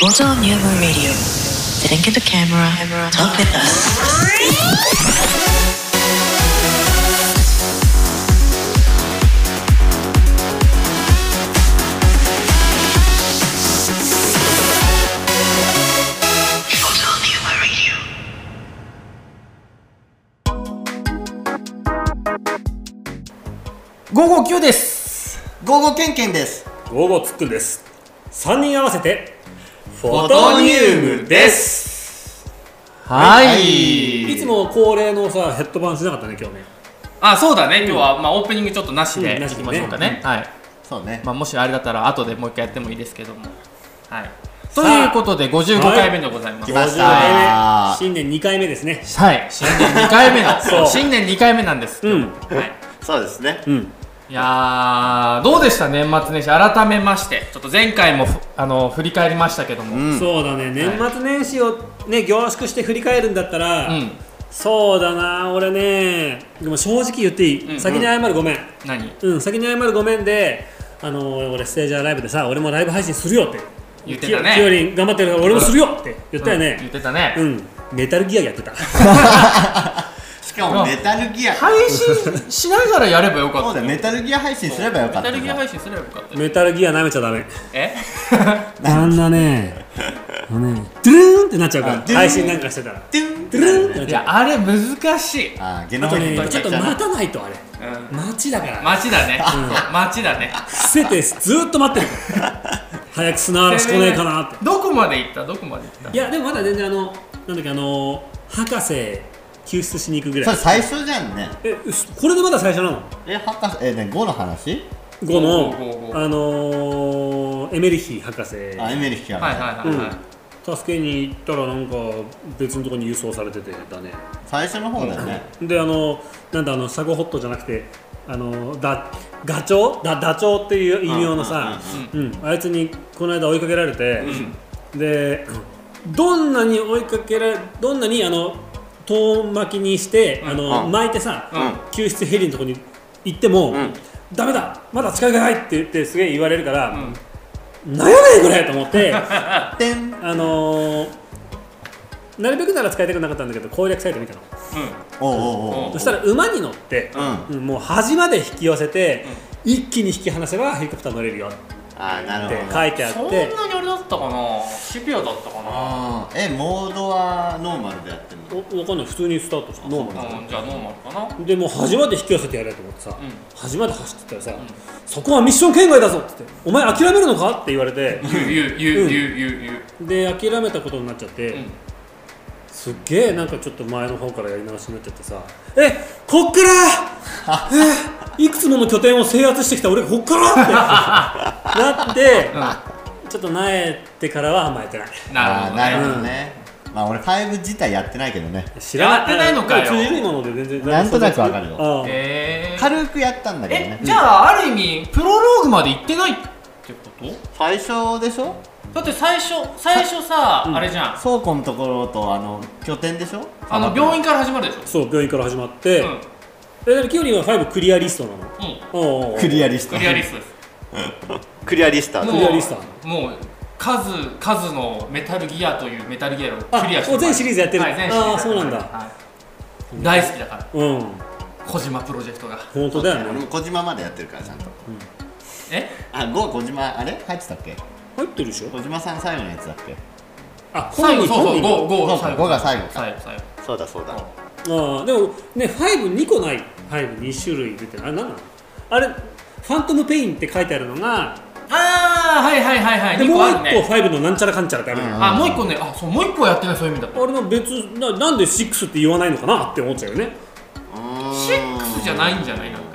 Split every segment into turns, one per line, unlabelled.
Total New Moon Radio. Then get the camera. Talk with us.
午後9です
午後けんけんです
午後つっくんです3人合わせてフ
ォトニウムです
はい、
いつも恒例のさヘッドバンしなかったね今日ね
あそうだね今日は、まあ、オープニングちょっとなしで
うん
い
なし
き
でね
ましょうかね、はい、
そうね
まあ、もしあれだったら後でもう一回やってもいいですけどもはいということで55回目でございます、
来
はい
ました
新年2回目ですね
新年2回目
そ
の
う
新年2回目なんですけ
う
ど、
ん
はい、
そうですね
うん
いやーどうでした年末年始改めましてちょっと前回もふあの振り返りましたけども、
うん
そうだね年末年始をね凝縮して振り返るんだったら、
うん
そうだな俺ねでも正直言っていい、
うん
先に謝るごめん
何
うん先に謝るごめんであのー俺ステージアライブでさ俺もライブ配信するよって
言ってたね
きよりん頑張ってるから俺もするよって言ったよ
うん言
ね
ってたね、
うん、メタルギアやってた
しかもメタルギア
配信しながらやればよか
そ
った
うだよメタルギア配信すればよか
メ
った
タルギア配信すればよかったよ
メタルギア舐めちゃダメ
え
あんなね、あのね、ドゥルーンってなっちゃうか
あ
ら
ドゥルーン
配信なんかしてたら
トゥン
ドゥルーンってなっ
い
ちゃう
やあれ難しい、うん、
あーゲ
あ
ノ
と
ムに
ね、ちょっと待
た
たないとあれ街だから
街だね、そう街だね
伏せてずーっと待ってるから早く砂嵐来ねえかなって
どこまで行ったどこまで行った
いや、でもまだ全然あの、なんだっけあの博士救出しに行くぐ
そ
ら
れ最
い
初じゃんね
え、嘘これでまだ最初なの
え博士えね5の話
5
おうおうお
の
う
あのーエメリヒ博士
あエメリヒから
はいはいはいはい、
助けに行ったらなんか別のとこに輸送されててだね
最初の方だよね
であのなんだあのサゴホットじゃなくてあのだガチョウだダチョウっていう異名のさ、うんあいつにこの間追いかけられて、でどんなに追いかけられどんなにあの遠巻きにして、あの
うん
巻いてさ、
う
救出ヘリのとこに行っても、
ん
ダメだまだ近くがないって言ってすげえ言われるから、悩めこれと思って。
てん
あのーなるべくなら使いたくなかったんだけど攻略サイト見たの
おうおうおう
そしたら馬に乗って、うんもう端まで引き寄せて、一気に引き離せばヘリコプター乗れるよっ
あーなる
て
ほど
書いてあ
そ
っ
ん
て
なにあれだったかなシビアだったかな
あーえモードはノーマルでやってるの
おわかんない普通にスタートしたノーマル
うんじゃあノーマルかな
でもう端まで引き寄せてやれと思ってさ、
ん
端まで走ってったらさ、そこはミッション圏外だぞ」って言って「お前諦めるのか?」って言われて
言う言う言
う
うん言う言う言う
で諦めたことになっちゃって、
ん
すっげえなんかちょっと前の方からやり直しになっちゃってさ「えこっからえいくつもの拠点を制圧してきた俺がこっから!」ってなって、ちょっとなえてからは甘えてない
なる
あ
ほ
ー
ど
な
ね
るほどねまあ俺5自体やってないけどね
知らない
やってないのかよ
通じるもので全然
なんとなくわかるよ
ああ
えー、
軽くやったんだけど
え
ね
じゃあある意味プロローグまで行ってないってこと
最初でしょ
だって最初最初さ、あれじゃん
倉庫のところとあの拠点でしょ
あの病院から始まるでしょ
そう病院から始まって、
うん
えだからキヨリンは5クリアリストなの
うん
おうおう
クリアリスト
クリアリストです
クリアリスター
も
ク
う
リアリスタ
もう数数のメタルギアというメタルギアをクリアして
あもう全シリーズやってる
はい、全シリーズ
あーそうなんだ
はい大好きだから
うん
小島プロジェクトが
本当だよ
俺
ね
も小島までやってるからちゃんと
え
あ5小島あれ入ってたっけ
入ってるでしょ
小島さん最後のやつだっけ
あ
最後
本
そ
人
うそう
本人
五五
そう
最
か
後
5が最後か
最後最後
そうだそうだ
ああでもね52個ない52種類出てるあれ何なのあれファントムペインって書いてあるのが、
ああはいはいはいはい
で
2
もう
個ある
1個
ね
5のなんちゃらかんちゃらってあるのよ、
あもう一個ねあそうもう一個やってないそういう意味だ
あれの別ななんで6って言わないのかなって思っちゃうよね
シックスじゃないんじゃないなんか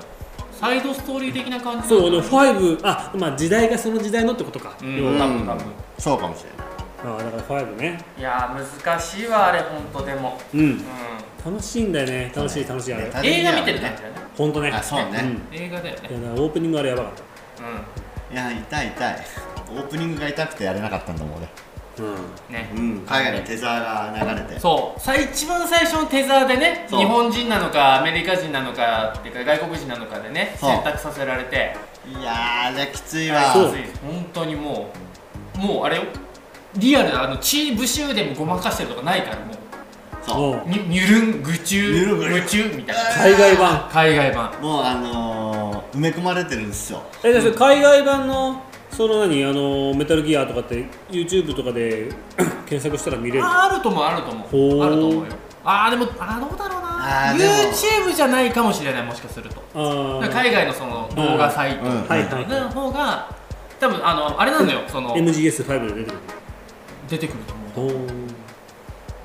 サイドストーリー的な感じ
そうあの
ね
5あまあ時代がその時代のってことか、
うん
要
う
は
んそうかもしれない
ああだから5ね
いやー難しいわあれ本当でも
うん
う
楽しいんだよね楽しい楽しいあれ
メ
ん
タルギア
映画見てる感じだね
ほんとね
あそうね
映画だよね
いやだからオープニングあれやばかっ
う
いや痛い痛いオープニングが痛くてやれなかったんだもん俺
たうん
んね
うん海外のテザーが流れて
そうさ一番最初のテザーでね
そう
日本人なのかアメリカ人なのかっていうか外国人なのかでね
そう
選択させられて
いやーじゃあきついわ
そう
本当にもうもうあれよリアルなあのチームシューでもごまかしてるとかないからもう
そう
もう
ににゅるんぐちゅ
にゅるんぐち
ぐ
ゅ
ちゅみたいな
海外版
海外版
もうあのー、埋め込まれてるんですよ
えだって海外版のその何あのメタルギアとかって YouTube とかで 検索したら見れる
ああると思うあると思
ほ
う
ー
あると思うよああでもあーどうだろうな
あーでも
YouTube じゃないかもしれないもしかすると
あー
海外のその動画サイト
うん
はいはい
の方が多分あのあれなんだよその
MGS5 で出てくる
出てくると思う
おー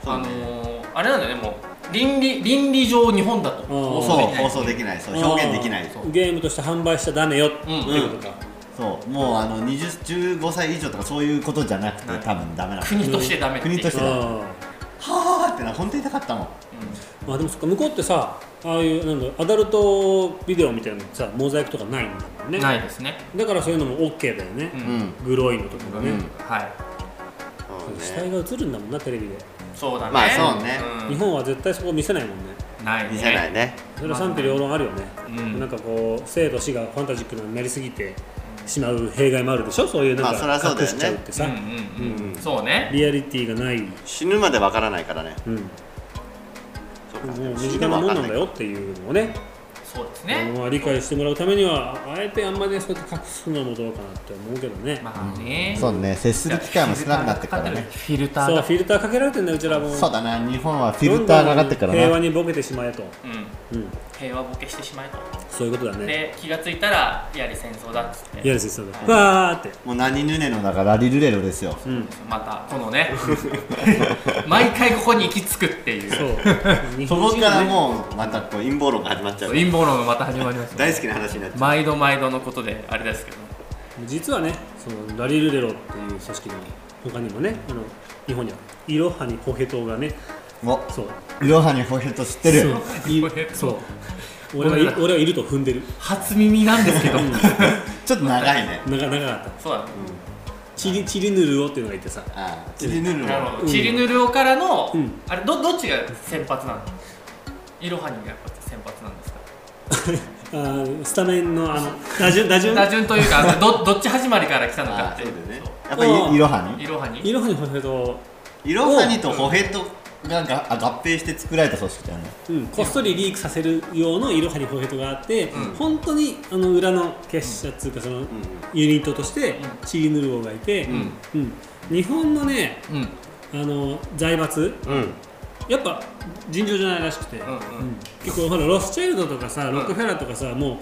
あのー、あれなんだよねもう倫理倫理上日本だと
あ
放
ー
送
できない
放送できないそう表現できない
そ
そうう
ゲームとして販売しちゃダメよって
うん
ことか、
もうあの20 15歳以上とかそういうことじゃなくて多分ダメなの
国としてダメっていう
国として
あ
はあってな本当に痛かったもん
ーまあでもそっか向こうってさああいうなんだろうアダルトビデオみたいなのさモザイクとかないんだもん
う
ね
んないですね
だからそういうのも OK だよね
う、、
うんん
グロいのとかもね、
うん
はい
死体が映るんだもんなテレビで、
そうだね
まあそうね
ん
日本は絶対そこ見せないもんね
ないね
見せないね
それは賛否両論あるよね、
うん
なんかこう生と死がファンタジックになりすぎてしまう弊害もあるでしょそういうなん
まあそりゃそ
か
うだよね
隠しちゃうって
う
さ、
んうんうん、
うん
そうね
リアリティがない、うん、
死ぬまでわからないからねそうか
もう身近なもんなんだよっていうのをね
そうですね
まあ、理解してもらうためにはあえてあんまりそうやって隠すのもどうかなって思うけどね、
まあね
そうね接する機会も少なくなってからね
フィルター
そう
が
フィルターかけられてんだようちらも
そうだな日本はフィルターがかかってっから
どんどん平
な
和にボケてしまえと、
うん
うん、
平和ボケしてしまえと
そういうことだね
で気がついたらやはり戦争だっつって
いやですそうだわーって
もう何ぬねのだからラリルレロですよ
うん
またこのね 毎回ここに行き着くっていう
そう 日
そ
本人
こか
はね
らもうまたこう陰謀論が始まっちゃう
陰謀論がまた始まりますね
大好きな話になっちゃ
毎度毎度のことであれですけど
実はねそのラリルレロっていう組織の他にもねあの日本にはイロハニホヘ島がね
うお
そう
いろはにほへと知ってる
い
ホヘ島
そう俺はい
ごめんなさい
俺はいると踏んでる
初耳なんですけど
ちょっと長いね
長長かった
そうだね
チリチリヌルオっていうのがいてさ
ああチリヌル
なるほ
も
どチリヌルオからの、
うん
あれどどっちが先発なのイロハニがやっぱ先発なんですか
あースタメンのあの打順打順
打順というかあ のどどっち始まりから来たのか
あ
っ
あ
て
そうだよね
そ
やっぱりいろは
う
に
イロハ
イ
ニ
ロハニホヘ島
いろはにとほへとががあ合併して作られた組織だよね
うん、こっそりリークさせる用のイロハニホヘトがあって、本当にあの裏の結社っていうかそのユニットとしてチリヌルオがいて、
ん
うん日本のね
うんうん
あの財閥
うん
やっぱ尋常じゃないらしくて、
うん
結構ほらロスチャイルドとかさロックフェラーとかさ、も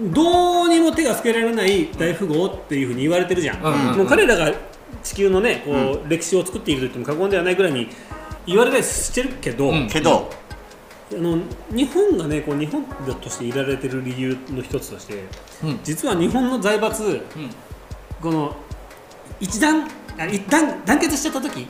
うどうにも手がつけられない大富豪っていうふうに言われてるじゃ
う
ん、
んうんうん
もう彼らが地球のねこう、歴史を作っていると言っても過言ではないぐらいに言われたりしてるけど、
うん
けど
あの日本がねこう日本としていられてる理由の一つとして
うん
実は日本の財閥
うん
この一段あ一段団結しちゃった時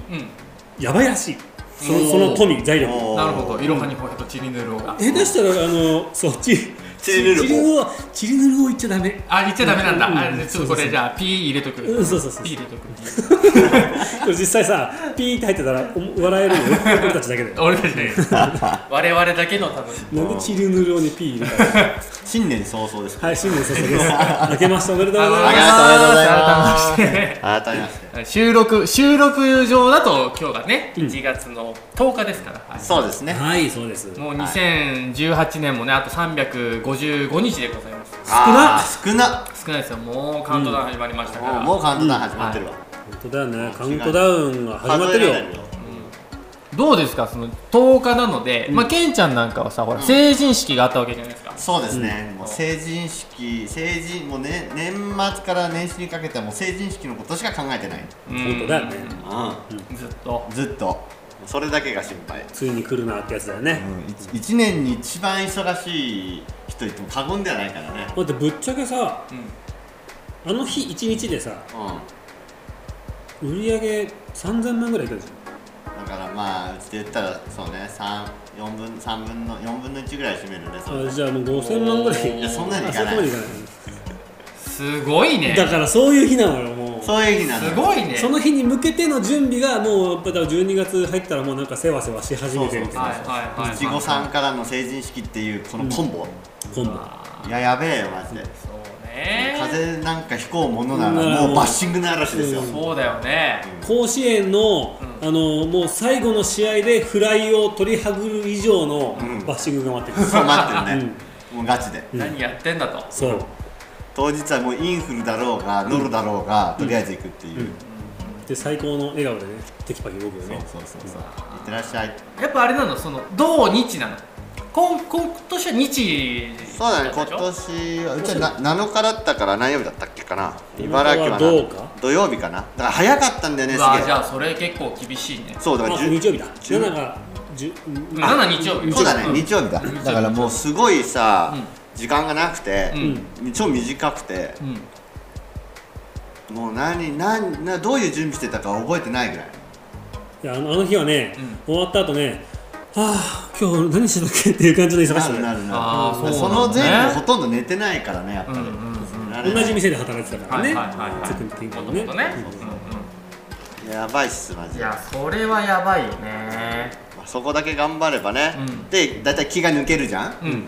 う
やばいらしいその
おー
その富財力
ん
お
な
ー
るほどイロハニホヘとチリヌルオが
下手したらあのそっち
チリヌルオ
チリヌルオチリヌルオ行っちゃダメ
あ言っちゃダメなんだ、
うん
あちょっとこれじゃあピー入れとく、
うんそうそうそう
ピー入れとく
これ実際さピーって入ってたらお笑えるよ俺たちだけで
俺たち ね我々だけの多分
なんでチリヌルオにピー入れたの
新年早々です
はい新年早々です明けましておめでとうございます
りがとうございます
あ改めまして
改めまして収録収録上だと今日がね1月の10日ですから、はい
そうですね
はいそうです
もう2018年もねあと355日でございます
あー少な
少ないですよもうカウントダウン始まりましたから、
もうもうカウントダウン始まってるわ
本当だよねカウントダウンが始まってるよ
数えられない
どうですかその10日なので、まあケンちゃんなんかはさほら、成人式があったわけじゃないですか
そうですね、もう成人式成人もうね年末から年始にかけてはもう成人式のことしか考えてない、
本
本当だよね
ずっと
ずっとそれだけが心配、
ついに来るなってやつだよね
うん、1年に一番忙しい人言っても過言ではないからね
だってぶっちゃけさ
う
あの日一日でさ
う
売り上げ3000万ぐらいいくでし
んだからまあうちで言ったらそうね三四分三分の4分の1ぐらい占めるねそれ
ょあじゃあもう5000万ぐらい
いやそんなに
あ
い
そ
か
こ
な
までい
い
かない
んすごいね
だからそういう日なのよもう
そういう日なの
すごいね
その日に向けての準備がもうやっぱだから12月入ったらもうなんかせわせわし始めてみたい
はい
な
はいはいはい
いちごさんからの成人式っていうこのコンボ、
今度
いややべえよマジで
そうね
風なんか引こうものな
なら
らも
も
う
う
バッシングの嵐ですよ、
うん
そうだよね
甲子園の、あのもう最後の試合でフライを取りはぐる以上の
うん
バッシングが待ってる、
そうなってるね、もうガチで
何やってんだと
そう
当日はもうインフルだろうがノロだろうが、とりあえず行くっていう、
で最高の笑顔でねテキパキ動くよ
そう
ね
そうそうそういってらっしゃい
やっぱあれなのその同日なの今今今年は日
そうだね今
っ
年
たでしょ
はうちはな7日だったから何曜日だったっけかな茨
茨
城
城
は
は
な
どうか
土曜日かなだから早かったんだよね
う
す
わじ
げえ
ゃあそれ結構厳しいね
そうだ
あ
から10
日曜日だ
10
7が10
あ7日曜日
そうだね、
ん
日曜日だだからもうすごいさ、時間がなくて、超短くて、
うん
もう何何などういう準備してたか覚えてないぐらい
いやあのあの日はね、終わった後ねはあ今日何してたっけっていう感じで忙し
な
く
るなるな
あー
る
そう
そ
な
の
んだね
前後ほとんど寝てないからねやっぱり、
うんうん
あれね
同じ店で働いてたから
はいはい
ね
はい
つくんっていうか
もと
ね
もとね
やばいっすマ
うん
ジ
い
で
やそれはやばいよね
そこだけ頑張ればね、
うん
でだいたい気が抜けるじゃん、
うん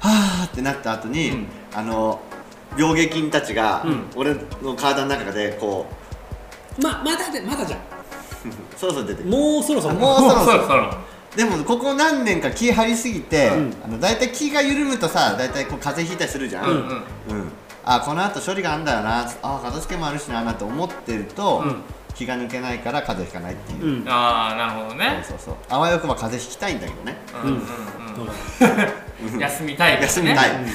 はーってなった後に、
うん
あの病原菌たちが、
うん
俺の体の中でこ
ままだでまだじゃ
うそろそろ出てく
ん
る
もうそろそろ
もう
そう
そろそ
そ
ろ
ろそろ
でもここ何年か気張りすぎて、
うん
あのだいたい気が緩むとさだいたいこう風邪ひいたりするじゃん、
う
うん
んうん
あこのあと処理があんだよなあ片付けもあるしななんて思ってると、
うん
気が抜けないから風邪ひかないっていう、
うん
ああなるほどね
そうそうそうあわよくば風邪ひきたいんだけどね
うんうんうん休みたい
休みたい、
ね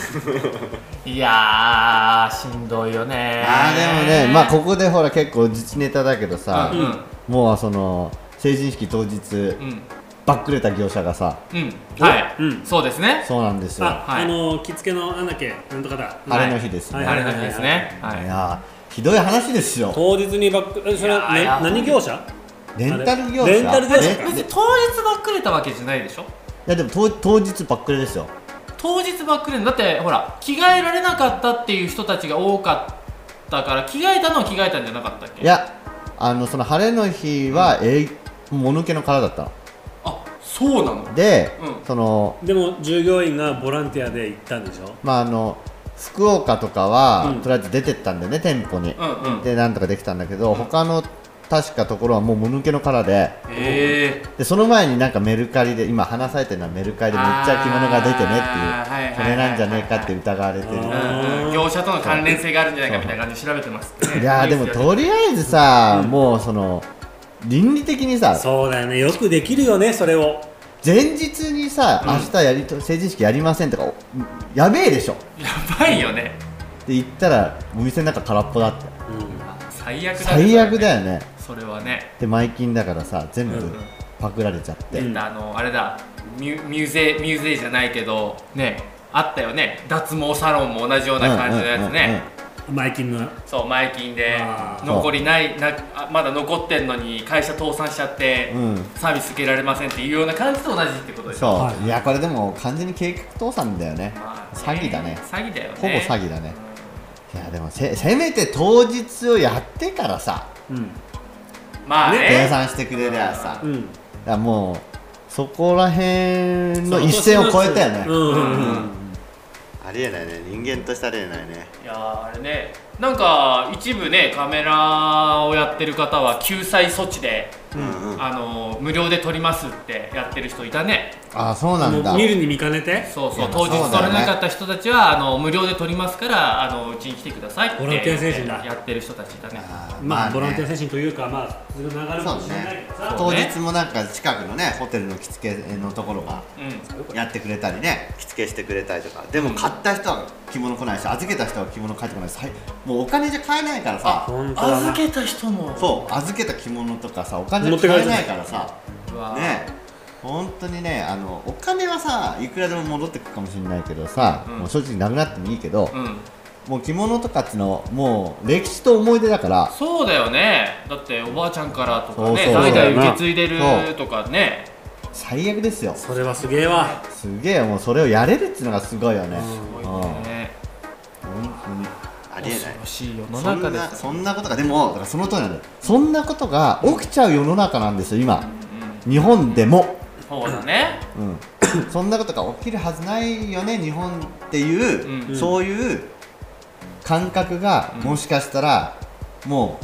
いやーしんどいよね
あーでもねまあここでほら結構自治ネタだけどさ、
うん
もうその成人式当日、
うん
バックれた業者がさ
うんはい
うん
そうですね
そうなんですよ
あ、
はい
あの着付けのなんだっけなんとかだ
晴れの日ですね、、
はい
あれなんですねはいい
やーひどい話ですよ
当日にバックえそれはい
やー
な何業者
レンタル業者
レンタル業者
ね
か
別
でい
に当日ばっくれたわけじゃないでしょ
やでも当当日バックれですよ
当日ばっくれんだってほら着替えられなかったっていう人たちが多かったから着替えたのは着替えたんじゃなかったっけ
いやあのその晴れの日は、えいもぬけの殻だったの
あそうなの
で、
うん
その
でも従業員がボランティアで行ったんでしょ
まああの福岡とかは、
うん
とりあえず出てったんだよね店舗に、
うんうん
でなんとかできたんだけど、他の確かところはもうもぬけの殻で
ええ
でその前になんかメルカリで今話されてるのはメルカリでめっちゃ着物が出て
あーはいはいはいはい
ねっていうこれなんじゃねえかって疑われてる
あー
うん業者との関連性があるんじゃないかみたいな感じで調べてますね
いやーでも
ニュース
とりあえずさ、もうその倫理的にさ
そうだよねよくできるよねそれを
前日にさ、
うん
明日やりと成人式やりませんとかおやべえでしょ
やばいよね
で行ったらお店の中空っぽだって
あ最悪だね
最悪だよね
それはね
で前金だからさ全部
うんうん
パクられちゃって、
あのあれだミュミューゼミューゼじゃないけどねあったよね脱毛サロンも同じような感じのやつね
マイキンの
そう前金で
あー
残りないなあまだ残ってんのに会社倒産しちゃって、
うん
サービス受けられませんっていうような感じと同じってことです
そう、
よ
はい
い、やこれでも完全に計画倒産だよね、
まあ
詐欺だね
詐欺だよね
ほぼ詐欺だねいやでもせせめて当日をやってからさ
うん
まあね
計算してくれりゃさ、だ
う
か
ん
らもうそこら辺の一線を越えたよね、
うんう
う
んうんん
ありえないね人間としてありえないね
いやーあれねなんか一部ねカメラをやってる方は救済措置で、
うんうん
あのー無料で撮りますってやってる人いたね
ああそうなんだ
もう見るに見かねて
そう
い
そう
や
当日
そう
撮
だよ
れ
ね
なかった人たちは、あの無料で撮りますからあのうちに来てくださいって
ボランティア精神だ
やってる人たちいたね
あー
まあボランティア
ね
精神というかまあそういう流れ
そ
も
う
しれない
ね
けどさ
そ
当
うね
日もなんか近くのねホテルの着付けのところが
うん
やってくれたりね着付けしてくれたりとかでも買った人は着物来ないし預けた人は着物帰ってこないし最もうお金じゃ買えないからさ
本当だ
預
な
けた人も
そう預けた着物とかさお金
持っ
じ
て
ゃ
帰れ
買
ない
えないからさ
うわー
ね本当にねあのお金はさいくらでも戻ってくるかもしれないけどさ、
うん
もう正直なくなってもいいけど、
うん
もう着物とかっていうのはもう歴史と思い出だから
そうだよねだっておばあちゃんからとかね
そうそう
代々受け継いでるとかね
最悪ですよ
それはすげえわ
すげえもうそれをやれるっていうのがすごいよね、
すご
うん
い
本
ね
当にありえない
恐ろしい世の
そん
中で
な
す
そんなことがでもだからその通りなんだよそんなことが起きちゃう世の中なんですよ今日本でも、
そうだね
うん、そんなことが起きるはずないよね日本っていう、
うん
そういう感覚がもしかしたらも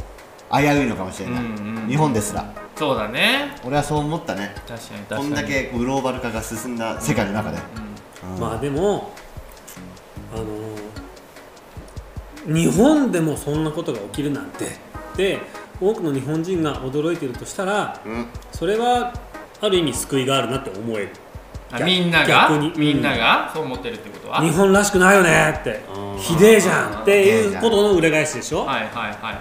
う危ういのかもしれない、
うんうん
日本ですら
そうだね
俺はそう思ったね
確かに確かに
こんだけグローバル化が進んだ世界の中で、うん
まあでもあの日本でもそんなことが起きるなんてで多くの日本人が驚いてるとしたら
うん
それはある意味救いがあるなって思える
あ
逆
みんなが
逆に
みんながそう思ってるってことはは
日
い
本らしくないよねって
うん
ひでえじゃんっていうことの裏返しでしょ、
はいはいはい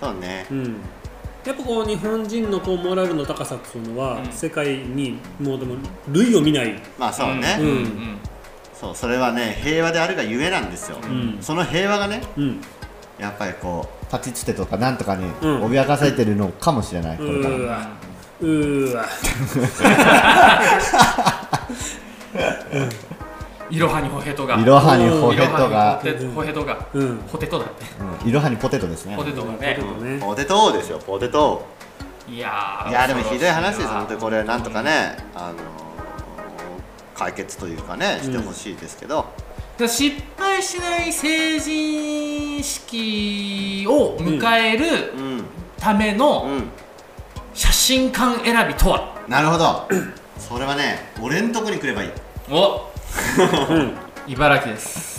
そうね
うん、やっぱこう日本人のこうモラルの高さっていうのは、
うん
世界にもうでも類を見ない、
まあそうね、
うんうん
そうそれはね平和であるがゆえなんですよ、
ん
その平和がね
うん、
やっぱりこう立ちつてとかなんとかに
ん
脅かされてるのかもしれない、
う
これから
ーわうーわ
うんいろはにほへとが
いろはに
うん
ポテトが
い、ろはにほへとが
うん
ほてとだって
うんいろはにポテトですね
ポテトが
ポテト
ね
ね
ポテトですよポテト
いやー
いやでもひどい話ですよ本
恐ろし
当にこれはなんとかね、あのー解決というかねしてほしいですけど、
いな失敗しない成人式を迎える
うん
ための
うん
写真館選びとは
なるほど それはね俺んとこに来ればいい
お
うん
茨城です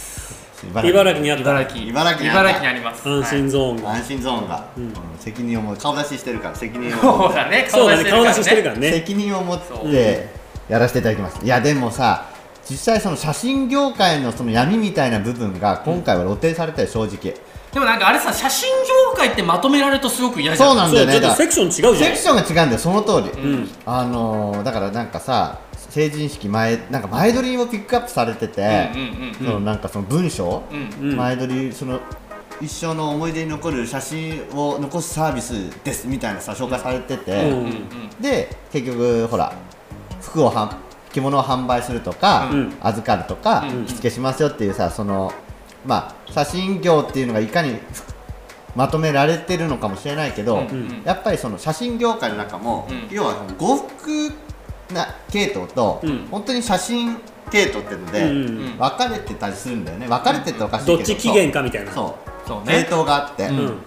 茨
茨城にあった
茨城
茨城にあった
茨城にあります
安心ゾーンが、
安心ゾーンが、
ん
うん責任を持顔出ししてるから責任を持
そ
っ
う
て
だね
そうだね顔出ししてるかららね
責任を持っ
そう
てやらせていただきますいやでもさ実際その写真業界のその闇みたいな部分が今回は露呈されたよ正直、
でもなんかあれさ写真業界ってまとめられるとすごく嫌じゃん
そうなんだ
そ
よ
う
ね
ちょっ
だ
と
から
セクション違うじゃ
セ
ん
クションが違うんだよその通り、
ん
あのーだからなんかさ成人式前なんか前撮りをピックアップされてて、
うんうんうん
そのなんかその文章、
うん
うん
前撮りその一生の思い出に残る写真を残すサービスですみたいなさ紹介されてて、
うん
で結局ほら服をは着物を販売するとか、
うん
預かるとか、
うん
着付けしますよっていうさそのまあ写真業っていうのがいかにまとめられてるのかもしれないけど、
うんうん
やっぱりその写真業界の中も、
うん
要は呉服な系統と、
うん
本当に写真系統っていうので、
うんうん
うん
分かれてたりするんだよね分かれてっておかしいけど、
どっち期限かみたいな
そう
そう
系
ね
統があって、
うん
うん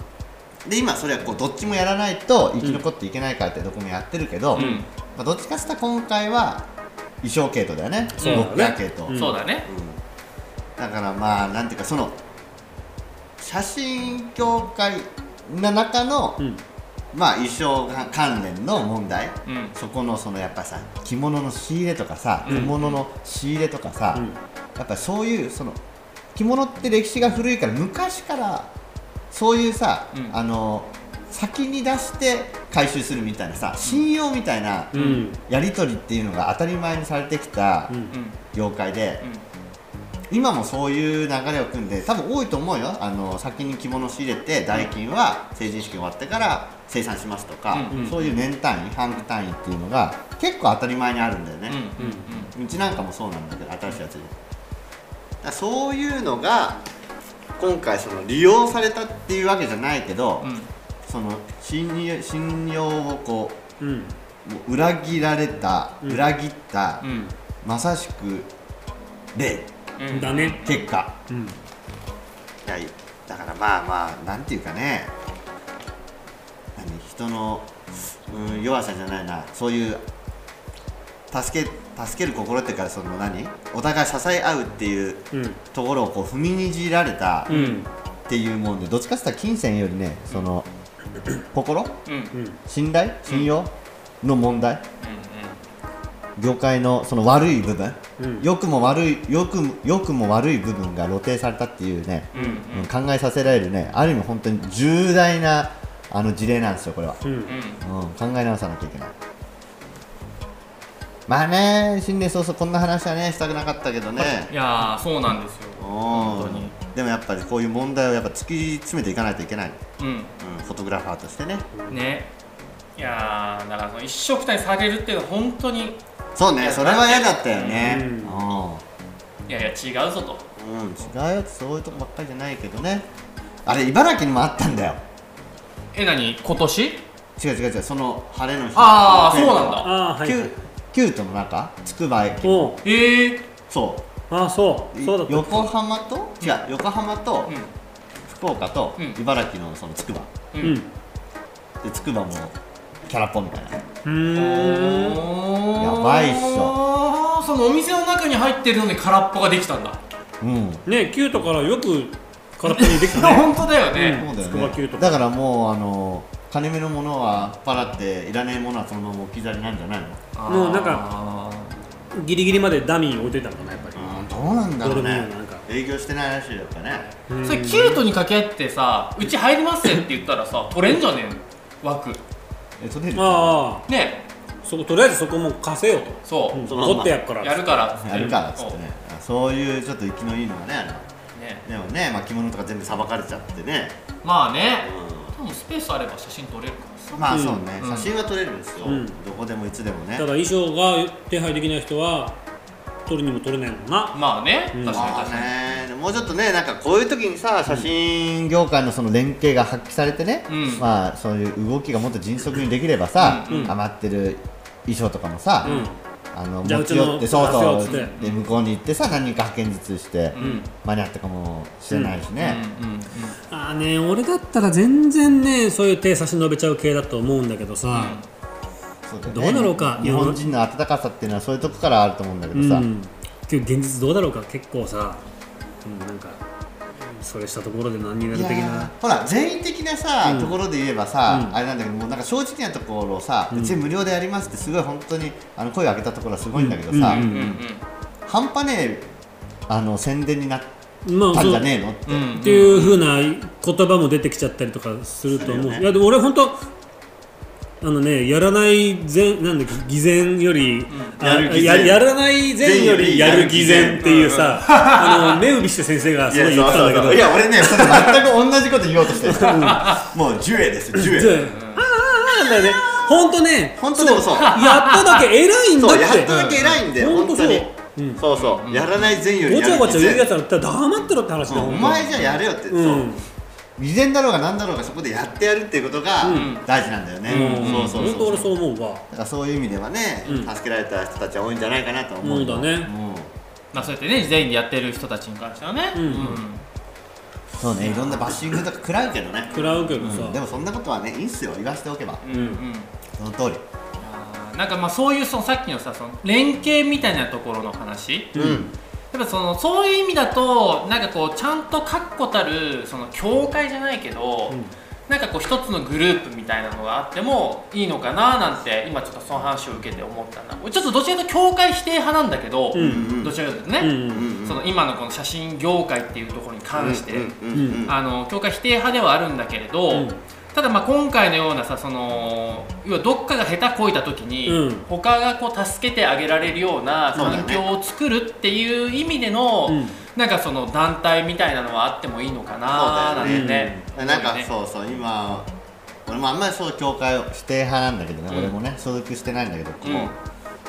で今それはこうどっちもやらないと生き残っていけないからってどこもやってるけど、
うん
まあ、どっちかしたら今回は衣装系統だよね
そうだね
僕ら系統、
うん
そうだね
だからまあなんていうかその写真業界の中の、
うん
まあ衣装が関連の問題、
うん
そこのそのやっぱさ着物の仕入れとかさ
うん
小物の仕入れとかさ、
うん
やっぱそういうその着物って歴史が古いから昔からそういうさ、
うん
あの先に出して回収するみたいなさ信用みたいな
うん
やり取りっていうのが当たり前にされてきた
うん
うん
業界で
う、ん
今もそういう流れを組んで多分多いと思うよあの先に着物仕入れて代金は成人式終わってから生産しますとか、
うんうん
そういう年単位半期単位っていうのが結構当たり前にあるんだよね。
うんうんうん
うちなんかもそうなんだけど新しいやつでだからそういうのが今回その利用されたっていうわけじゃないけど、
うん
その信用信用をこ
うん
うもう裏切られた、
うん
裏切った、
うん
まさしく例
うん
だね
結果
うん
いやだからまあまあなんていうかね何人の、うん、弱さじゃないなそういう助け助ける心っていうかその何お互い支え合うっていう
うん
ところをこう踏みにじられた
うん
っていうもんでどっちかっていうと金銭よりねその心
うんうん
うん
信頼信用の問題業界のその悪い部分
うん
良くも悪い良くも良くも悪い部分が露呈されたっていうね
うんうん
うん考えさせられるねある意味本当に重大なあの事例なんですよこれは、
うん
うん
うん、考え直さなきゃいけないまあね新年早々こんな話はねしたくなかったけどね
いやーそうなんですよ
う
本当に
んでもやっぱりこういう問題をやっぱ突き詰めていかないといけない、うん、フォトグラファーとしてね
うんねいやーだからその一緒くたにされるっていうのは本当に
そうねそれは嫌だったよね
うん
いやいや違うぞと
うん、うん、違うやつそういうとこばっかりじゃないけどねあれ茨城にもあったんだよ
え何今年
違う違う違うその晴れの日
ああそうなんだ
ああはい
キ
は
ュ
い
キュートの中つくば駅
おう
ええ
そう
ああそうそうだった
横浜と違う横浜と
うん
福岡と
うん
茨城のそのつくば
う
う
ん
ん
でつくばもキャラポンみたいな
うーん
やばいっし
ょそのお店の中に入ってるのに空っぽができたんだ
うん
ねキュートからよく空っぽにできたね
本当だよね、
そうだよ
筑波急
ね
とか
だからもうあの金目のものはパラっていらないものはそのまま置き去りなんじゃないの
あー
もうなんかギリギリまでダミーに置いといたのかなやっぱり
うんどうなんだろう
どれもいい
ね
よなんか
営業してないらしいよやっぱね
それキュートに掛け合ってさうち入りますって言ったらさ取れんじゃねえの枠
えそれ
あ
ね
あそことりあえずそこも貸せよ
そ
と、
う、
うん、
そのまま
取ってやっから
やるからっつって
やるからっつってねあそういうちょっと生きのいいのがねあれは
そうね
でもね巻物とか全部さばかれちゃってね、
まあね
う
多分スペースあれば写真撮れるからさ
ん、まあそうね、
うん
写真は撮れるんですよ、
うん
どこでもいつでもね
ただ衣装が手配できない人は取るにも取れないもんな
まあね、
うん
確かに
ま
確かに、
あねもうちょっとねなんかこういう時にさ写真業界のその連携が発揮されてね、
うん
まあそういう動きがもっと迅速にできればさ、
うん
うん
余ってる衣装とかもさ、
うん
あの
じゃあ
持ち寄って
うちの
そうそう
出せよっつって
で向こうに行ってさ何人か派遣ずつして、
ん
間に合ったかもしれないしね、
うんうんうん
あーね俺だったら全然ねそういう手差し伸べちゃう系だと思うんだけどさ、
そうだよ
どうなろうか
日本人の温かさっていうのはそういうとこからあると思うんだけ
う
ど
ん
さ、
今日現実どうだろうか結構さ、うん、なんかそれしたところで何になる
いや
的
ー
な
ほら全員的なさ、
うん
ところで言えばさ、
うん
あれなんだけどもうなんか正直なところをさ、うち無料でやりますってすごい本当にあの声を上げたところはすごいんだけどさ、
うん
うんうん
半端ねえあの宣伝になっ
ま
たん
そう
じゃ
っ
ねえのって、
うんうん
ていう風な言葉も出てきちゃったりとかすると思う、
するよね
いやでも俺本当あのねやらない前なんだっけ偽善より、あ
やる偽善
ややらない前よりやる偽善っていうさ、あの目うびして先生がすごい言ってたんだけど
いや俺ねそれ全く同じこと言おうとしてる、もうジュエですジュ
そう
エ
ああああなんだよね本当ね
本当でもそう
やっただけ偉いんだっ
そう
て
やっただけ偉いんだよ、
うん
本当に
本、
そうそう、やらない前より
ご
や
ちゃ
る
ごちゃ言うや
偽
つだったら黙ってろって話だ
善
よ、
お
ほんと
前じゃやれよって、
う
そうん未然だろうが何だろうがそこでやってやるっていうことが
ん
大事なんだよね、
うん
そうそう
本
そ
当
う
俺そう思うわ
だからそういう意味ではね、
うん
助けられた人たちは多いんじゃないかなと思うよ
そうだね
まあそうやってね全員でやってる人たちに関してはね、
うんうん
うんそうねいろんなバッシングとか食らうけどね
食らうけどさ、
うんでもそんなことはねいいっすよ言わせておけば
うんうん
その通り
あーなんかまあそういうそのさっきのさその連携みたいなところの話、
う
やっ
ん
ぱそのそういう意味だとなんかこうちゃんと確固たるその教会じゃないけど、
ん
なんかこう一つのグループみたいなのがあってもいいのかななんて今ちょっとその話を受けて思ったんだ俺ちょっとどちらかというと教会否定派なんだけど、
ん
どちらかというとね、
うん
うんうん
その今のこの写真業界っていうところに関して、
うんうんうん
あの教会否定派ではあるんだけれど、
うん
ただまあ今回のようなさその要はどっかが下手こいた時に、
うん
他がこう助けてあげられるような
そうだね
環境を作るっていう意味での、
うん
なんかその団体みたいなのはあってもいいのかなな
そうんだよ
てね。
なん
思
か
うよね
そうそう今俺もあんまりそう教会を否定派なんだけどね、
うん
俺もね所属してないんだけどこう、
うん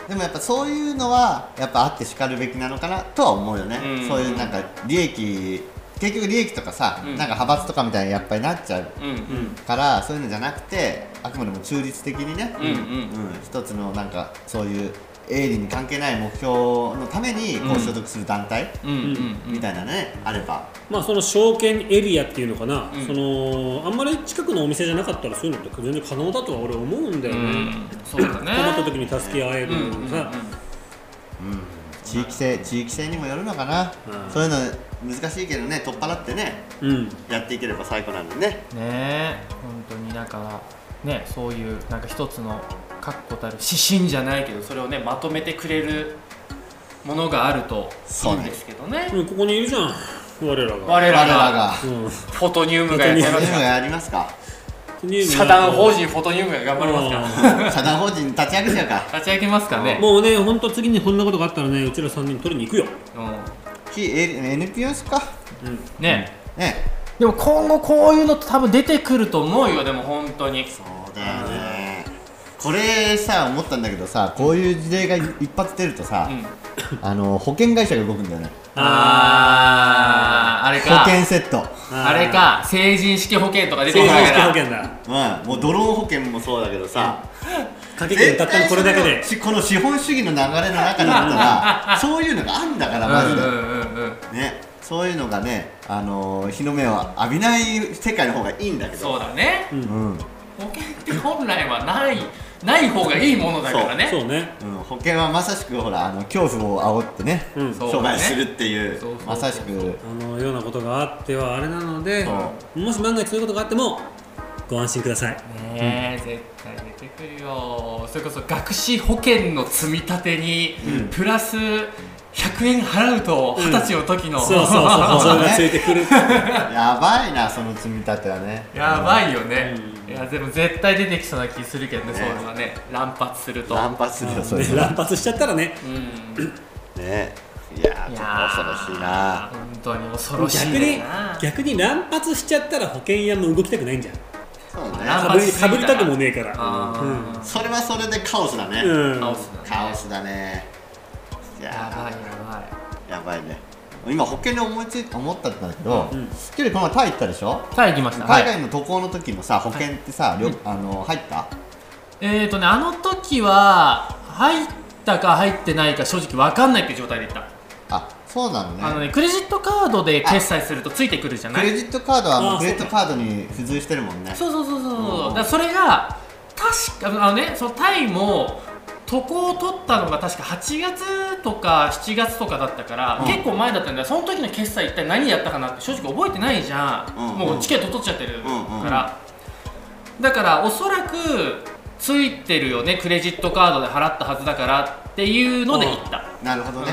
でもやっぱそういうのはやっぱあってしかるべきなのかなとは思うよね、
うん
そういうなんか利益結局利益とかさ、
うん
なんか派閥とかみたいにやっぱりなっちゃう
うんうん
からそういうのじゃなくてあくまでも中立的にね、
うん
うん一つのなんかそういう営利に関係ない目標のために
うん
こう所属する団体
うんうんうん
みたいなね、あれば
まあその証券エリアっていうのかな、
うん
そのあんまり近くのお店じゃなかったらそういうのって全然可能だとは俺思うんだよ
う
ね、
んそうだね。
困った時に助け合える
うんうんうん
さ、
地域性地域性にもよるのかな、
うん
そういうの難しいけどね取っ払ってね
うん
やっていければ最高なんでね
ねえ本当にだからねそういうなんか一つの確固たる指針じゃないけどそれをねまとめてくれるものがあるとい
そ
い
うんね
ですけどね
うんここにいるじゃん我らが、
我ら
我ら
が
が
うん、
フォトニウムがやって
そう
ま
いう
す
のが
か
やりま すから
社団法
人
人フォトニウムが頑張りますか
社団法人立ち上げちゃうから
立ち上げますかね
もうね本当次にこんなことがあったらねうちら3人取りに行くよ
う
非営 NPO ですか
んねえ
ね
でも今後こういうのって多分出てくると思うよでも本当に
そうだよねこれさ思ったんだけどさこういう事例が一発出るとさ、
うん
あの保険会社が動くんだよね
あーあれ
保
か
険セット
あれか成人式保険とか出てくる
成
わ
人
け
式
だ
保険だ
うんもうドローン保険もそうだけどさ、
掛け金たったのこれだけで
絶対それをこの資本主義の流れの中だったらそういうのがあんだからマジで、
うんうんうんうん
ねそういうのがね、あのー日の目を浴びない世界の方がいいんだけど
そうだね
うん
保険って本来はないない方がいいものだからね
そうね
うん、保険はまさしくほらあの恐怖を煽ってね、
うん
そう
商売するっていう
そうそうそう
まさしく
あのようなことがあってはあれなので
そう
もし万が一そういうことがあってもご安心ください
ねえ、絶対出てくるよそれこそ学資保険の積み立てに、プラス100円払うと
うん
二十歳の時の、
そうそうそう
そだ
そうれ
ね
がついてくる
やばいなその積み立てはね
やばいよね、
うん
いやでも絶対出てきそうな気するけどねそういうのがね乱発すると
乱発するよそれ
ね乱発しちゃったらね
うん
ねいやーちょっと恐ろしいな
本当に恐ろし
逆
い
に
な
逆に乱発しちゃったら保険屋も動きたくないんじゃん
そうね
乱
か
発
ぶ
す
り
ぎた
かぶりたくもねえか
あ
らうん
ー
それはそれでカオスだね、
うん
直すな
カオスだねい
やばい
や
や
ーやばいね今保険で思いつい思ったんだけど、
ん
スキルこの前タイ行ったでしょ
ばいさあ行きました
海外の渡航の時もさ保険ってさ、旅あの入った
えーとね、あの時は入ったか入ってないか正直わかんないっていう状態でいった、
あそうなのね
あのね、クレジットカードで決済するとついてくるじゃな
クレ
い
ジットカードはもう
あ
クレジットカードに付随してるもんね
そうそうそうそう
う
だ
ん
からそれが確かあのねそのタイも渡航を取ったのが確か8月とか7月とかだったから、
うん
結構前だったんだその時の決済一体何やったかなって正直覚えてないじゃん、
うん
もうチケット取っちゃってるか
うんうん
ら、だからおそらくついてるよねクレジットカードで払ったはずだからっていうので行った、
なるほどね、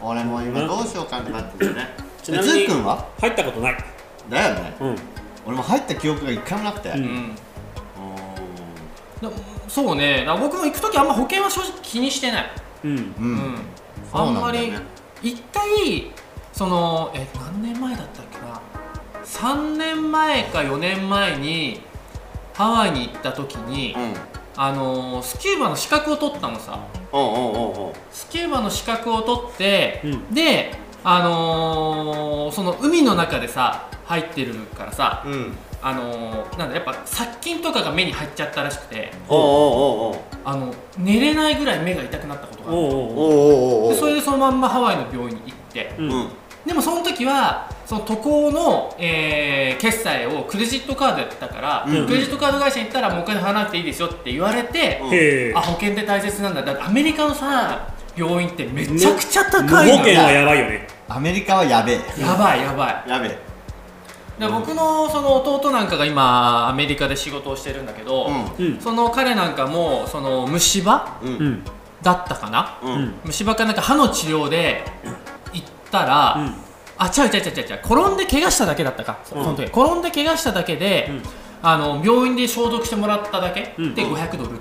俺も今どうしようかってなってるね
ち
で
なみ
ズ
に
ーくんは
入ったことない
だよね
うん
俺も入った記憶が一回もなくて、う
うん
ん、
うんだそうねだから僕も行く時あんま保険は正直気にしてない、
うん
うん
うん
そう
あ
なん
ん
だよ
まり
ね
一回そのえ何年前だったっけな3年前か4年前にハワイに行った時に、
うん
あのースキューバの資格を取ったのさ
おうおうおうおう
スキューバの資格を取って、
うん
であのーその海の中でさ入ってるからさ、
うん
あのーなんだやっぱ殺菌とかが目に入っちゃったらしくて
おうおうおう
あの寝れないぐらい目が痛くなったことがある
おうおう
おうおうおうおう
でそれでそのまんまハワイの病院に行って
う
うんんうん
でもその時はその渡航の、えー決済をクレジットカードやったから、
うん
クレジットカード会社に行ったらもうお金払わなくていいですよって言われて、
うん
へえ
あ保険って大切なんだだってアメリカのさ病院ってめちゃくちゃ高いの
無保険はやばいよね
アメリカはやべえ
やばいやばい
やべえ
で僕のその弟なんかが今アメリカで仕事をしてるんだけど、
う
うん
その彼なんかもその虫歯
んう
うんん
だったかな
う
うんん
虫歯かなんか歯の治療で行ったら、
うん
あ違う違う違う違う転んで怪我しただけだったか、そ
うん
その時転んで怪我しただけで、
うん
あの病院で消毒してもらっただけ、
うん
で500ドルって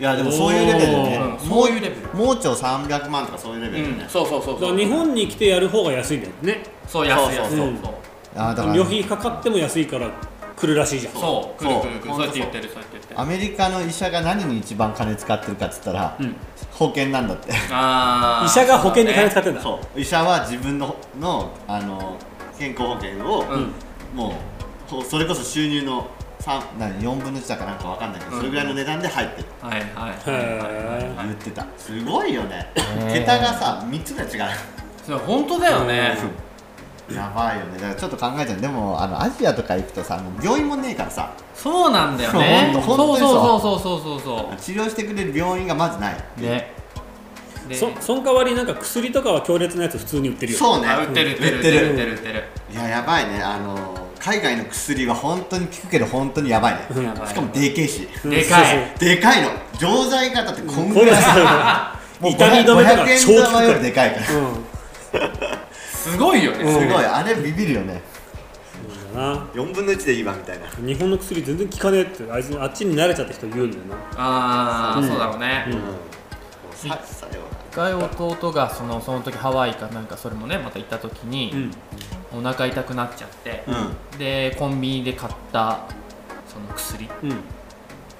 いやでもそういうレベル
言われ
ね
た、そういうレベル、
盲腸300万とかそういうレベル
う
ね
ん、、そうそうそう
だか
そ
ら
う
日本に来てやる方が安いんだよね
そう安い
そう
安
そ
いうそ
そうう
あーだから
旅費かかっても安いから来るらしいじゃん
そうくるくるくる
そう
そうやって言ってるそうやって言ってる
アメリカの医者が何に一番金使ってるかっつったら、
ん
保険なんだって
あー
医者が保険に金使
そうだね
ってんだ
医者は自分ののあの健康保険を、
うん
もうほそれこそ収入の3何4分の1だかなんかわかんないけど、
うん
それぐらいの値段で入ってる、
はいはいはいはい
へ
はい
言ってたすごいよね
ー
桁がさ3つが違う
それ本当だよね、
やばいよねだからちょっと考えちゃうでもあのアジアとか行くとさもう病院もねえからさ
そうなんだよ ね
そうほんとほんと
そう
にそ
そううそうそうそうそ
治療してくれる病院がまずない、
うね
え
で
そその代わりなんか薬とかは強烈なやつ普通に売ってるよ
そうね
あ売ってる売ってる売ってる売ってる売ってる
いややばいねあの海外の薬は本当に効くけど本当にやばいね
やばい
しかもでけえし
うん
でかい
そう
でかいの錠剤型ってこん
そうこ
ぐ
れ
らい
さ
もう
痛み止めとか
500円
超効く
玉
か
よ
ら
りでかいからす
う
すごいよね、
うん
すごい
ごいあれビビるよね
んだな
4分の1でいいわみたいな
日本の薬全然効かねえってあいつあっちに慣れちゃった人言うんだよな
ああ、
うん
そうだろうね、
うん
ん
もうささよ
一回弟がそのその時ハワイかなんかそれもねまた行った時に、お腹痛くなっちゃって
う、なうん
でコンビニで買ったその薬
うんうん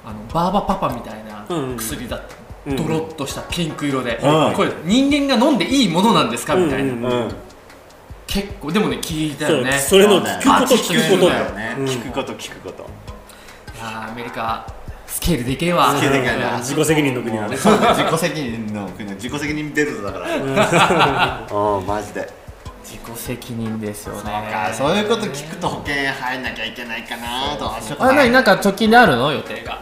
あのバーバパパみたいな
うんうん
薬だった、
うん
ドロッとしたピンク色で、
うん
これ人間が飲んでいいものなんですかみたいな、
うん
うん
結構でもね聞いた
そ
よ
う
ね
それの
そう
聞くこと聞
そ
くこ
う
と
だ
だ
よ
よ
ね
うん
聞くこと聞くこと
いやーアメリカスケールでけえわ
スケールでけえな
自己責任の国だ ね
そうね自己責任の国の自己責任ベルトだからうんマジで
自己責任ですよね
かそういうこと聞くと保険入んなきゃいけないかなどうしようか
あ
な
何なんか直近であるの予定が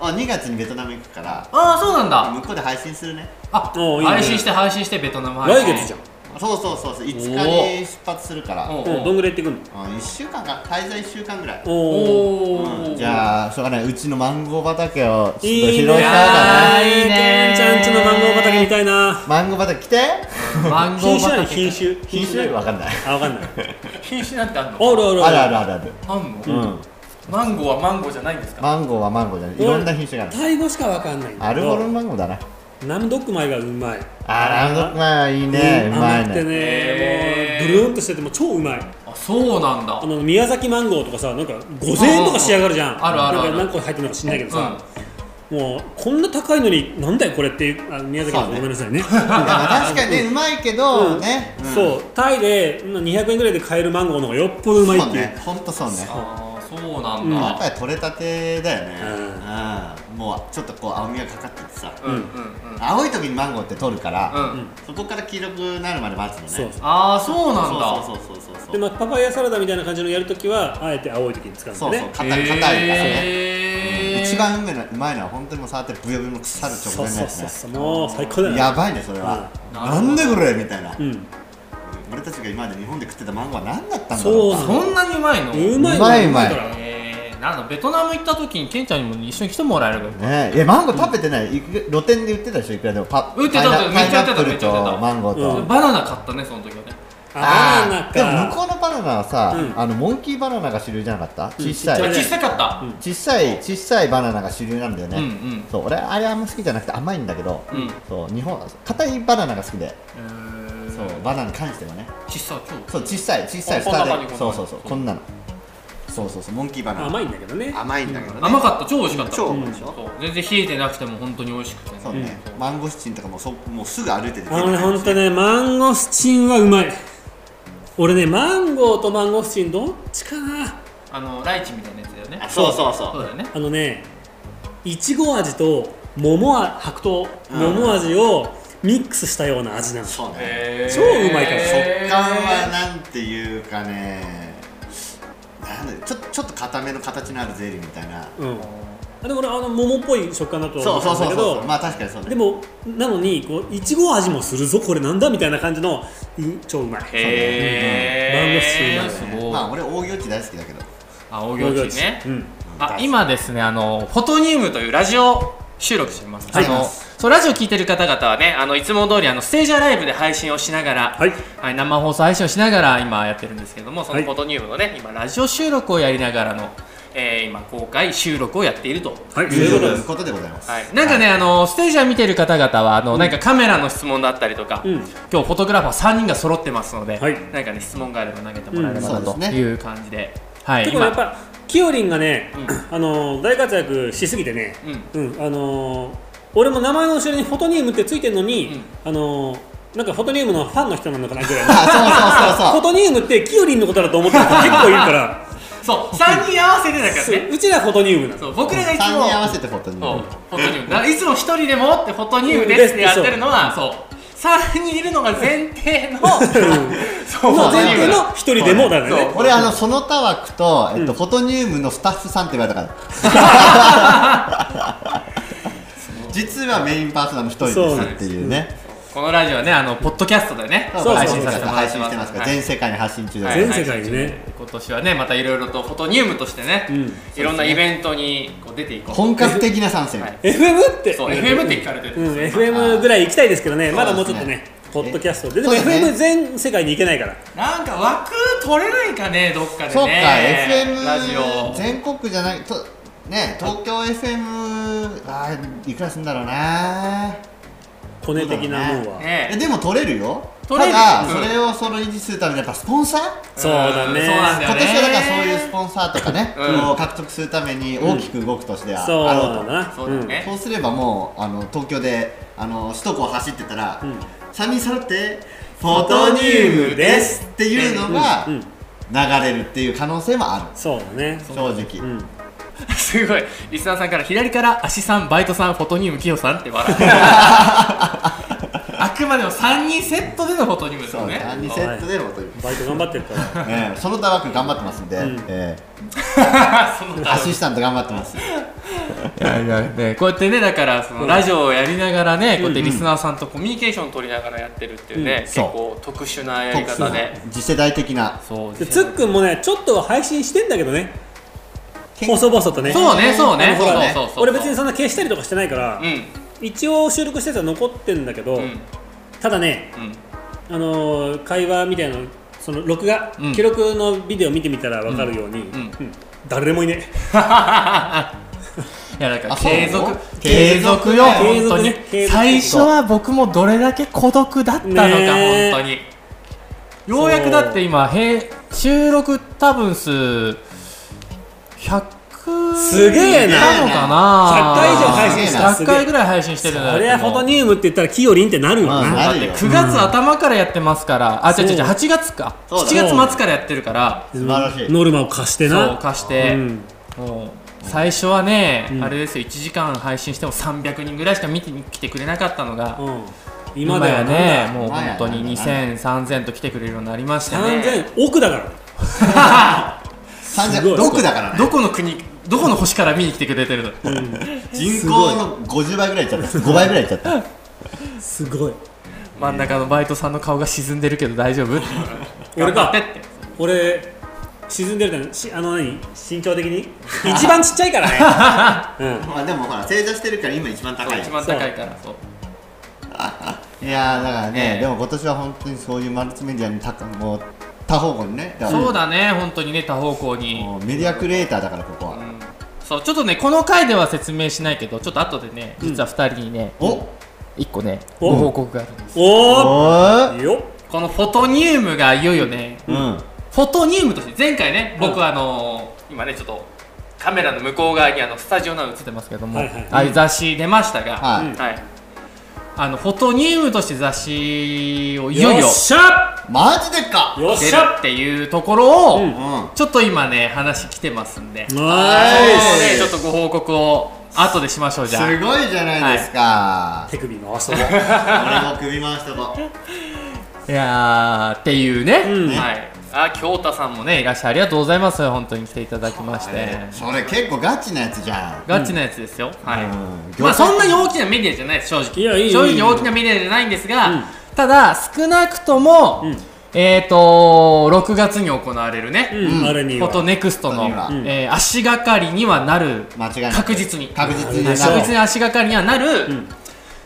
あ2月にベトナム行くから
ああそうなんだ
向こうで配信するね
あ
おーいいね
配信して配信してベトナム配
来
信
月じゃん、
そうそうそうそう5日に出発するから
お
うん、どんぐらい行ってくんの
あ1週間か滞在1週間ぐらい、
お
おお
うん
お
じゃあしょうがないうちのマンゴー畑をちょっと
い
拾
い
い
ね
たいか
あ
な
ーいいね
ケンちゃんちのマンゴー畑みたいな
マンゴー畑来て
マンゴ
品
ー
種な
畑
い品種
品種わかんない
あわかんない
品種なんてあん
お
の
るおる
あるあるあるある
あんの、
うん
マンゴーはマンゴーじゃないんですか
マンゴーはマンゴーじゃないいろんな品種がある
タイ語しかわかんないんだけど
アルゴルマンゴーだな
ナムドックマイがうまい
あラウンドまあいいね
うん
うま
甘
い
くて
ね
へー
ねもうブルーンとしてても超うまい
あそうなんだ
あの宮崎マンゴーとかさなんか5000円とか仕上がるじゃん
あるあるある
なんか何個入ってるのか知んないけどさ、もうこんな高いのになんだよこれっていうあ宮崎の
そう
人
ね
ごめんなさいね
あ確かにねうまいけどねん
そうタイでまあ200円ぐらいで買えるマンゴーの方がよっぽどうまい
そ
っ
う
ていう
ねほんとそうね
あーそうなん
うん
やっ
だ
ぱり取れたてだよね
うん
うんもうちょっとこう青みがかかっててさ
うんうんうん
青い時にマンゴーって取るから
うん
そこから黄色くなるまで待つのね。
そうそう
ああそうなんだ
そうそうそうそうそう。
でまあパパイヤサラダみたいな感じのやるときはあえて青い時に使うんだ
そ
よ
うそう
ね。
硬い硬いからね。
へー
一番うめなうまいのは本当にもう触ってブヨブヨの腐る直前の
そ
や
うそう
つ
そうもう最高だよ
ね。
ね
やばいねそれは。な
うんん
でこれみたいな
う。ん
俺たちが今まで日本で食ってたマンゴーは何だったんだ
そう
ろう
な。
そんなにうまいの
のう
へ
まいの
うまいうまい
から
えなんだベトナム行った時にケンちゃんにも一緒に来てもらえれば
ねえ、いやマンゴー食べてない、いく露店で売ってたでしょいくらでもパ
売ってた
パイナ
めっちゃ売ってた
パイナップ
めっ
ル
ちゃ売ってた
とマンゴーと、
う
バナナ買ったねその時はね
あバナナ
ーでも向
か
こうのバナナはさ、
うん
あのモンキーバナナが主流じゃなかった小さい、
ちっ
小さかった
うん
小さい小さいバナナが主流なんだよね、
うんうん
そう俺あれあんま好きじゃなくて甘いんだけど、
うん
そう日本硬いバナナが好きで、
へー
そうバナナに関してはね
小さい今日
そう小さい小さい
あこんな感じ
蓋で
こん
そう
な感じ
そうそうこんなのそうそうそうモンキーバナナ
甘いんだけどね
甘いんだけどね
甘かった超美味しかった
超美味しいでしょ
そう全然冷えてなくても本当に美味しくて
そうね、マンゴスチンとかもそもうすぐ歩いてて
あのねほんとねマンゴスチンはうまい俺ねマンゴーとマンゴスチンどっちかな
あのライチみたいなやつだよね
あそうそうそう
そうだよね
あのねいちご味と桃あ白桃
うん
桃味をミックスしたような味なの
そうね
へー
超うまいから
食感はなんていうかねなんだろうちょちょっと固めの形のあるゼリーみたいな
うんあでも俺あの桃っぽい食感だと
そ
思
う
った
そうんそ
だ
う
け
そう
ど
まあ確かにそう
で
ね
もなのにこういちご味もするぞこれなんだみたいな感じのうん超うまい
へ
マンゴ
ー
スチ
すごい
まあ俺大行地大好きだけど
青
マンゴ
行
ー
地
チ
ね
うん
あ今ですねあのフォトニウムというラジオ収録してます、
はい
あのそうラジオ聞いてる方々はねあのいつも通りあのステージアライブで配信をしながら、
はい
はい生放送配信をしながら今やってるんですけどもその
はい
フォトニウムのね、今ラジオ収録をやりながらの、えー今公開収録をやっていると
はいそう
い
いうことで
う
す
ことでございます
はい、なんかね、あのステージを見てる方々はあの、なんかカメラの質問だったりとか、
うん
今日フォトグラファー3人が揃ってますので、
はい
なんかね質問があれば投げてもらえれば
う
なん
そう
と
ですね
いう感じで、はい
結構やっ
今
ぱきよりんがね、
う
あの大活躍しすぎてね、
う
うんあのー俺も名前の後ろにフォトニウムってついてるのに、あのーなんかフォトニウムのファンの人な のかなぐらいの
あそうそうそうそう
フォトニウムってきよりんのことだと思ってる人 結構いるから
そう3人合わせてだから
そう
ね
うちらフォトニウムなの
そう僕らがいつ
3
も
人合わせてフォトに
そうフォトニウムだからいつも一人でもってフォトニウムですってやってるのはそう3人いるのが前提のそうフ
も
ォ
う
トニ
全
ウム
部
だ
の一人でもだよ
そう
ね
俺あのその他枠と、えっとフォトニウムのスタッフさんって言われたから 実はメインパーソナルの一人ですっていうね
このラジオはねあのポッドキャストでね
そう
そう
配信させて
もら
配
って
信してますから、
はい
全世界に発信中で、
はい
全世界にね
今年はねまたいろいろとフォトニウムとしてね、
ん
いろんなイベントにこう出ていこう
本格的な参戦、
はい
FM って
そう FM って聞かれてるん
う
です
ん、
よ
FM ぐらい行きたいですけどね、まだもうちょっと
そう
ね
ですね、
ポッドキャストで、
え
でも
そうですね
FM 全世界に行けないから、
なんか枠取れないかねどっかでね
そうか、
ラジオ
FM 全国じゃないとね東京 FM あーいくらすんだろうな
コネ的なもんは。
ね
えでも取れるよ
取れる
た
う
だ、
ん
それをその維持するためにやっぱスポンサー
そうだね
んそうなんだよ
今
ね
年はだからそういうスポンサーとかね、
うん
を獲得するために大きく動くとしては
そう
あろうと、
だな。
そうだよね
そうすればもうあの東京であの首都高を走ってたら、
ん
三3人揃って「フォトニウムです」っていうのが
うんう
流
ん
れるっていう可能性もある
そうだね。
正直、
うん。
すごいリス ナーさんから左から足さんバイトさんフォトニウムキヨさんって笑ってあくまでも3人セットでのフォトニムです
そ
よ
う
ね
ね2セットでのこと
バイト頑張ってるから
ええその他枠頑張ってますんで、
ん
え
その
えアシスタント頑張ってます
いやいやね、こうやってねだからそのラジオをやりながらね、こうやって
うんうん
リスナーさんとコミュニケーションを取りながらやってるっていうね、
うん
結構特殊なやり方で
次世代的な
そう
でつっくんもねちょっとは配信してんだけどね細々とね
そうねそうね
ほ
そう
ら
ね
ね
そうそうそう
俺別にそんな消したりとかしてないから、
うん
一応収録したやつは残ってんだけど、
うん
ただね
うん
あのー会話みたいなのその録画、
うん
記録のビデオ見てみたら分かるように、
んうん
うん誰もいね
いやだから
あそう
継続
継続よ
継続よ本当に
継続ね継続
最初は僕もどれだけ孤独だったのか、
ねえ
本当にようやくだって今平収録多分数100
すげえな
たのかな
100回以上
配信した
100回ぐらい配信してるんだ
これはフォトニウムって言ったらキヨリンってなるよ
うん
な、
な
だっ
る
て
よ
9月頭からやってますから、あ、違う違う違う、8月か、
そうだ
7月末からやってるから、
素晴らしい
ノルマを貸してな
そう、貸して、
うん
もう最初はね、
ん
あれですよ、1時間配信しても300人ぐらいしか見て来てくれなかったのが、
うん
今
今で
では
は
ね
ね、
もう本当に
今や
2000、3000と来てくれるようになりましたね。
3000億だからすごい
36だからね
どこの国、どこの星から見に来てくれてるの、
人口の50倍ぐらいいっちゃった5倍ぐらいいっちゃった
すごい
真ん中のバイトさんの顔が沈んでるけど大丈夫
俺
頑張
か
ってって。
俺沈んでるってのはしあの何身長的 に一番ちっちゃいからね、う ん、
まあでもほら正座してるから今一番高いよ
一番高いから、そう。
いやーだからね、
ね
でも今年は本当にそういうマルチメディアにたもう多方向にねだから
そうだね、本当にね、多方向に。
もうメディアクリエイターだからここは、
そうちょっとねこの回では説明しないけどちょっと後でね実は2人にね、
お
1個ね
お
ご報告があるんです
お
お
お
ー
いいよ
このフォトニウムがいよいよね、
うん
フォトニウムとして前回ね
うん
僕はあのー今ねちょっとカメラの向こう側にあのスタジオなど映ってますけども、
はいはい
ああいう雑誌出ましたが、
はい、
うん
はいあのフォトニウムとして雑誌をいよいよ
っしゃ
マジでか
よっ
出
し
る
ゃ
っていうところを、
うん
う
ちょっと今ね話来てますんで、そこ
ナ
を
イ
ね
ス
ちょっとご報告を後でしましょうじゃあ
んすごいじゃないですか、
手首回しとこ
俺も首回したと
いやーっていうね、
うん
はい、あ京太さんもねいらっしゃいありがとうございます本当に来ていただきまして、
それ結構ガチなやつじゃん
ガチなやつですよ、はい、
うん
まあそんなに大きなメディアじゃないです正直
いやいいいい
正直大きなメディアじゃないんですが、
うん
ただ少なくとも、
うん
えっ、ー、と6月に行われるね、
う、うん、あれに
フォ
は
トネクストの、
うん
えー足がかりにはなる
間違いない
確実に
確実に
はい
な
確実に足がかりにはなる、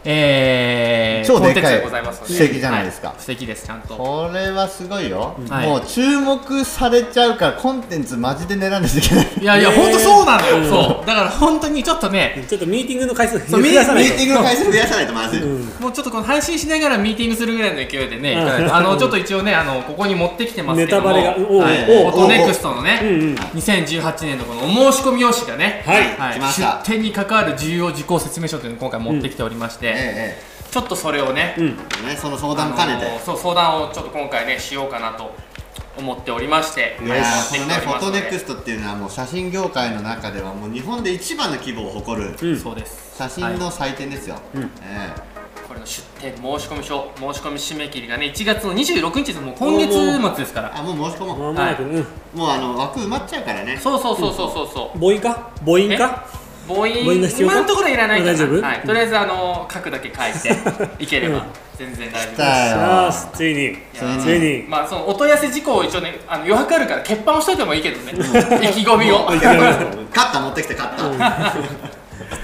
えー
超でか
コンテ
い
ンツでございますので
布石じゃないですか
は布石ですちゃんと
これはすごいよ、
はい
もう注目されちゃうからコンテンツマジで狙わないといけない
いやいや、
ねえ
ほんとそうなのよ、そうだから本当にちょっとね
ちょっとミーティングの回数
そう
増やさない
ミ
と
ーティングの回数増やさないとまずい、
うん
もうちょっとこの配信しながらミーティングするぐらいの勢いでね、
うん
いかないとあのちょっと一応ねあのここに持ってきてます
ネ
けど
タ
も
バレがおうおう
はい
おう
フォトネクストのね、
うんうん
2018年のこのお申し込み用紙がね、
はい
来ました
出店に関わる重要事項説明書というのを今回持ってきておりまして、
ええ
ちょっとそれをね、
うん
ええねその相談兼ねて、
あのそう相談をちょっと今回ねしようかなと思っておりまして、
いや
はい
ーこのね、フォトネク
持ってきておりますので
ストっていうのはもう写真業界の中ではもう日本で一番の規模を誇る
うん
そうです
写真の祭典ですよ、
うん
え
これの出店申し込み書申し込み締め切りがね1月の26日ですもう今月末ですから
えあもう申し込
ま
も
あ
う
まあく、うん
もうあの枠埋まっちゃうからね
そうそうそうそうそうそう
母音か母音か
母音
母音が必要か
今のところいらないかな
大丈夫
はい、とりあえずあの書くだけ書い ていければ全然大丈夫で
だよ
さあついに
い
つ
やー
い
す
に
まあそのお問い合わせ事項を一応ねあの余白あるから欠板をしといてもいいけどね意気込みを
もう
はい
カッター持ってきてカッター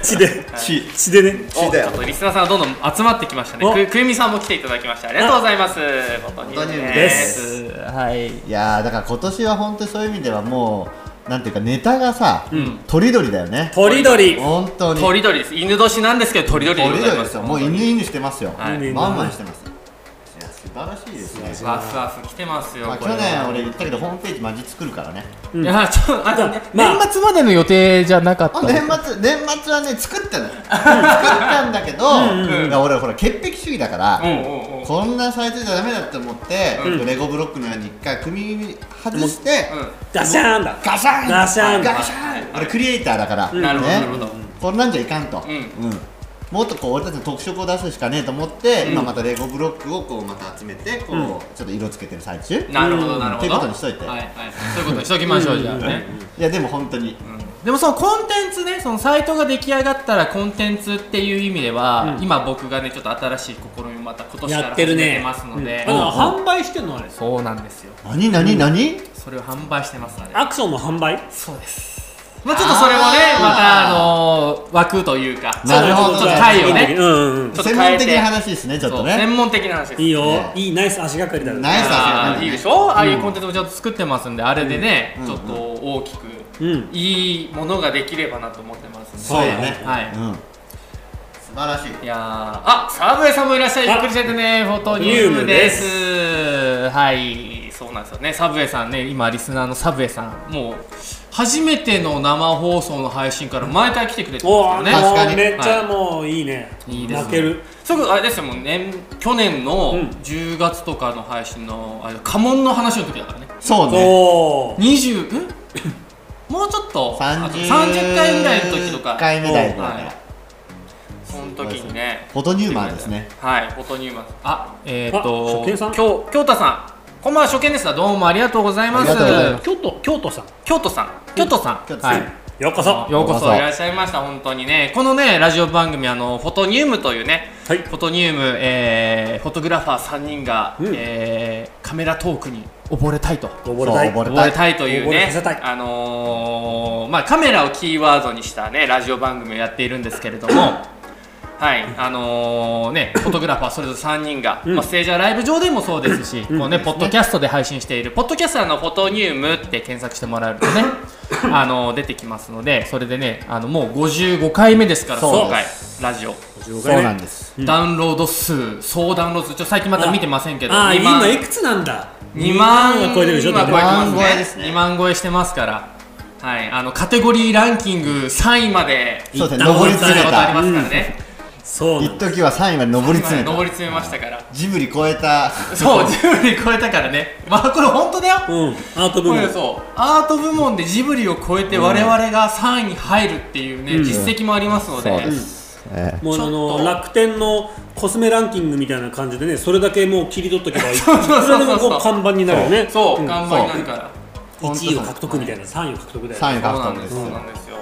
血で
血
血でね
お
血だ
ちょ
よ
っとリスナーさんがどんどん集まってきましたね
お
くくゆみさんも来ていただきましたありがとうございますボトニウムですはい
いやーだから今年は本当にそういう意味ではもうなんていうかネタがさ、
ん
とりどりだよね
鳥鳥
本当に
鳥鳥です犬年なんですけど鳥鳥で
と
ご
り
ざ
ど
い
り
ま
です
す
よもう犬犬してますよ、
はい
まんまんしてますいや素晴らしいですね、
わふわふ来てますよ、
まあ、
こ
去
れは
年俺言ったけどホームページマジ作るからね
いやちょっとあのね
まあ
年末までの予定じゃなかった
あ年末年末はね作ったの よ作ったんだけどいや俺ほら潔癖主義だから、
うんうんうん
こんなサイズじゃダメだって思って、
うん
レゴブロックのように一回組み外して、
ガシャーンだ
ガシャン
ガシャン
ガシャン、俺クリエイターだから、
うんなるほどなるほど
こんなんじゃいかんと、
うん
うんもっとこう俺たちの特色を出すしかねえと思って、今またレゴブロックをこうまた集めてこう、ちょっと色つけてる最中
なるほどなるほど
っていうことにしといて
はいはい、そういうことにしときましょうじゃあね、
いやでも本当に
でもそのコンテンツねそのサイトが出来上がったらコンテンツっていう意味では、今僕がねちょっと新しい試みをまた今年から
やって
始
るね
めてますので、
あの販売してんのあれ
そうなんですよ
何何何、
それを販売してますあれ
アクションも販売
そうですまあちょっとそれもねまたあのー、枠というか
なるほど
ちょっとちょっと回をね
うんうんう
ち
ん
ょっと
専
変え
門
て
的な話ですねちょっ
そ
と
う
ね
専門的な話です
いいよ、
ね
いいナイス足がかりだね
ナイス
あ
だ
ーいい
ね
でしょ、ああいうコンテンツもちゃんと作ってますんであれでね、
うん
ちょっと大きく、
うん
いいものができればなと思ってますんで
そうだね、
はい、
うん、素晴らしい
いやーあサーブエさんもいらっしゃいゆっくりしててねフォトニウムですはいそうなんですよねサブエさんね今リスナーのサブエさんもう初めての生放送の配信から毎回来てくれて
お
ます
ー、
よね
確かに
もうめっちゃもういいね、
いいですね
泣ける
すぐあれですよもう年去年の
うん
10月とかの配信のあれ家紋の話の時だからね
そうね
そ
20んもうちょっとあと
30
30回ぐらいの時とか
回目だよね、
はいその時にね
フォトニウマーですね
はい、フォトニウマ。あ、えっ、
あ
と、
初見さん
京京太さん。こんばんは、初見ですが、どうもありがとうございます
ありがとうございま
う。京都京都さん
京都さん、京都さん、
京都さん
は、
ようこそはい
ようこ
ようこ
そ
そ
いらっしゃいました。本当にね、このね、ラジオ番組、あの、フォトニウムというね。
い
フォトニウム、えーフォトグラファー三人が、
うん
えーカメラトークに溺れたいと。
溺れたい
そう溺れ
溺れたいという
溺
ね
れさせたい、
あのーまあ、カメラをキーワードにした、ね、ラジオ番組をやっているんですけれど も、はいあのーね、フォトグラファーそれぞれ3人が、
うん
まあ、ステージアライブ上でもそうですし、こうね、ポッドキャストで配信している、ポッドキャスターのフォトニウムって検索してもらえるとね、 あのー出てきますので、それでね、あのもう55回目ですから、
そう
今回、ラジオ。
そう
そうなんです
ダウンロード数、総ダウンロード数、ちょっと最近また見てませんけど、
ああ
2万
今いくつなんだ
2万
は超えてるでしょ
今超えてますね
2万超えですね
2万超えしてますからはいあのカテゴリーランキング3位まで行っ
そうですね
行った
上り
た
詰
こ
め
とありま
た
すからね
そうな
一
んだ
時は3位まで上り詰め
上
た
り詰めましたから
ジブリ超えた
そう10位超えたからねまあこれ本当だよ
うんアート部
こ
門
れそうアート部門でジブリを超えて我々が3位に入るっていうね、
うん
実績もありますので、
そうで
うん
す、え
もう
ちょ
あ
っと
の楽天のコスメランキングみたいな感じでねそれだけもう切り取っとけばいいそ
そうそう
れでもこう看板になるよね
そう
1
頑張りになるから
位を獲得みたいな3位を獲得だ
え3
よね
そ
位
う
獲
なん
得
で
ですす
そう
よ、
なんですよ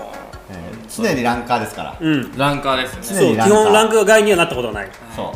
ええ常にランカーですから、
うん
ランカーですね
そう基
ランカー
本ランク外にはなったことはない
そ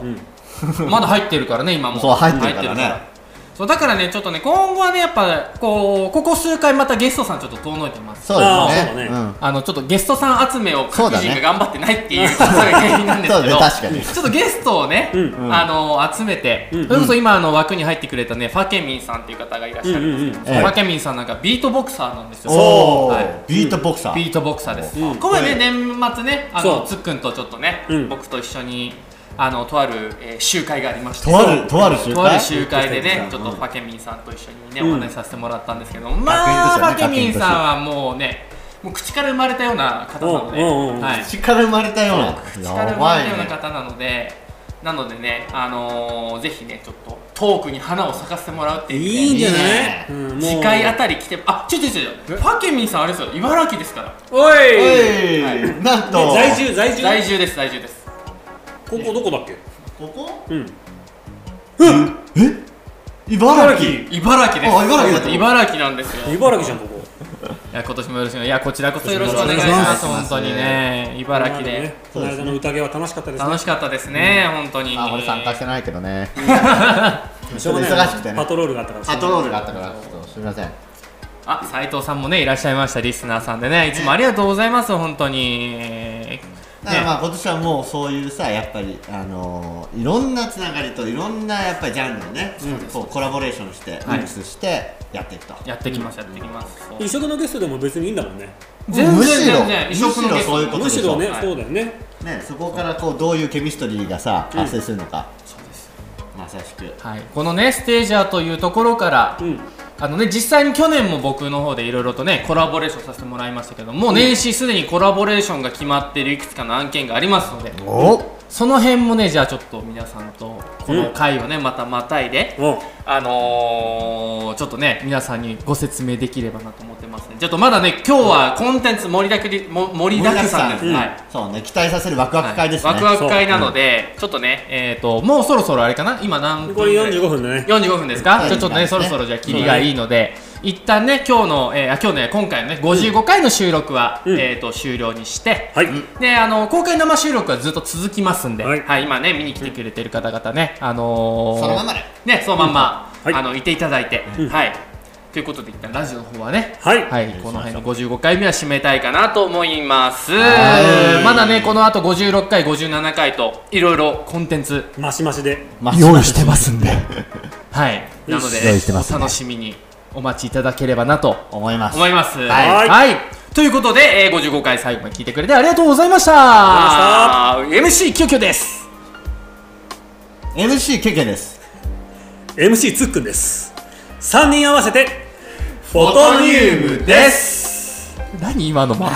う、
まだ入ってるからね今も
そう入ってるからね
そうだからねちょっとね今後はねやっぱこうここ数回またゲストさんちょっと遠のいてます
そうです
あーそう
ね
だね
ん
あのちょっとゲストさん集めを
そ
各
うだね
人が頑張ってないっていうことが原因なんですけど
そうだね確か に
ちょっとゲストをね、
うん
うん
あの集めて、
うん
それこそ今あの枠に入ってくれたねファケミンさんっていう方がいらっしゃるんですけど、
うんうんうんええ
ファケミンさんなんかビートボクサーなんですよ
おお、
はい
ビートボクサー、
ビートボクサーです、
うん
ここはね年末ねあの
そう
つっくんとちょっとね、
うん
僕と一緒にあのとある、えー集会がありまして
とあるとある集
とある
会
集会でね、ちょっとファケミンさんと一緒にね、お話しさせてもらったんですけど、まあ、ファ
学
ケ
園都市だね
ミンさんはもうね、もう口から生まれたような方なので、
うんうんうん
はい、
口から生まれたような
口から
や
生ま
ば
れ
い
たような
ね
方なので、なのでね、あのーぜひね、ちょっとトークに花を咲かせてもらうっていうね、
いいんじゃない
いいね
うんもう
次回あたり来て、あ、ちょちょちょ、ファケミンさんあれですよ、茨城ですから、
お
お
いね
い、
はい
なんと
在住在住
在住です、在住です。
ここどこだっけ
ここ
うん
茨城
茨城です。
あ茨城だった
茨城なんですよ。
茨城じゃんここ
いや今年もよろしくいやこちらこそよろしくお願いします
お願い
本
します
当にね茨城で
この間の宴は楽しかったですね
楽しかったですね本当に
あ俺参加してないけどね
しょうがない
忙しくてね
パトロールがあったから
パトロールがあったからちょっとすみません
あ斉藤さんもねいらっしゃいましたリスナーさんでねいつもありがとうございます本当にね
だからまあ今年はもうそういうさやっぱりあのーいろんなつながりといろんなやっぱりジャンルをね、こうコラボレーションしてミックスしてやっていくと、
やってきますやってきますそう
異色のゲストでも別にいいんだもんね
全然
むしろ
全然
むしろ
異色のゲスト
そういうこと
む
で
し
しょ
ろね
はい
そうだよね
ねそこからこうどういうケミストリーがさ発生するのか、
そうです
まさしく
はいこのねステージャーというところから
うん
あのね実際に去年も僕の方でいろいろとねコラボレーションさせてもらいましたけどもう年始すでにコラボレーションが決まっているいくつかの案件がありますので
お
その辺もねじゃあちょっと皆さんとこの回をね、またまたいで、
うん
あのー、ちょっとね皆さんにご説明できればなと思ってますねちょっとまだね今日はコンテンツ盛りだくりも盛りだくさんです、
盛り
は
だ
い
くさんそうね期待させるワクワク会ですね、
ワクワク会なので、ちょっとね、えー、ともうそろそろあれかな今何分
これ45分だね
45分ですか、
はい
じゃあちょっとね
いいです
そ
ね
ろそろじゃあ切りがいいので、一旦ね今日の、えーあ今日ね今回のね55回の収録は、
うん
えー、と終了にして、
はい
であの公開生収録はずっと続きますんで、は
はいい
今ね見に来てくれてる方々ね、あのー
そのままで
ねそのまんま、
うんはい
あのいていただいて、
ん
はいということで一旦ラジオの方はね
はい
はい、この辺の55回目は締めたいかなと思います
はい
まだねこの後56回57回といろいろコンテンツ
マシマシで
まあ
用意してますんではいなので、
用意してます
お
ね
楽しみにお待ちいただければなと
思います
思いますはい
はい
ということで、えー、55回最後まで聞いてくれてありがとうございました
あ
MC キョキョです
MC ケケです
MC つっくんです3人合わせてフォトニウムです
何今のま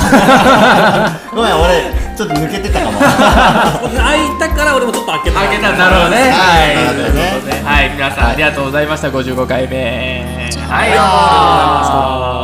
ごめん俺ちょっと抜けてたかも
開いたから俺もちょっと開けた
あげたなるほどねはい
なるほどね
ということではい皆さんありがとうございました55回目はいありがとうございました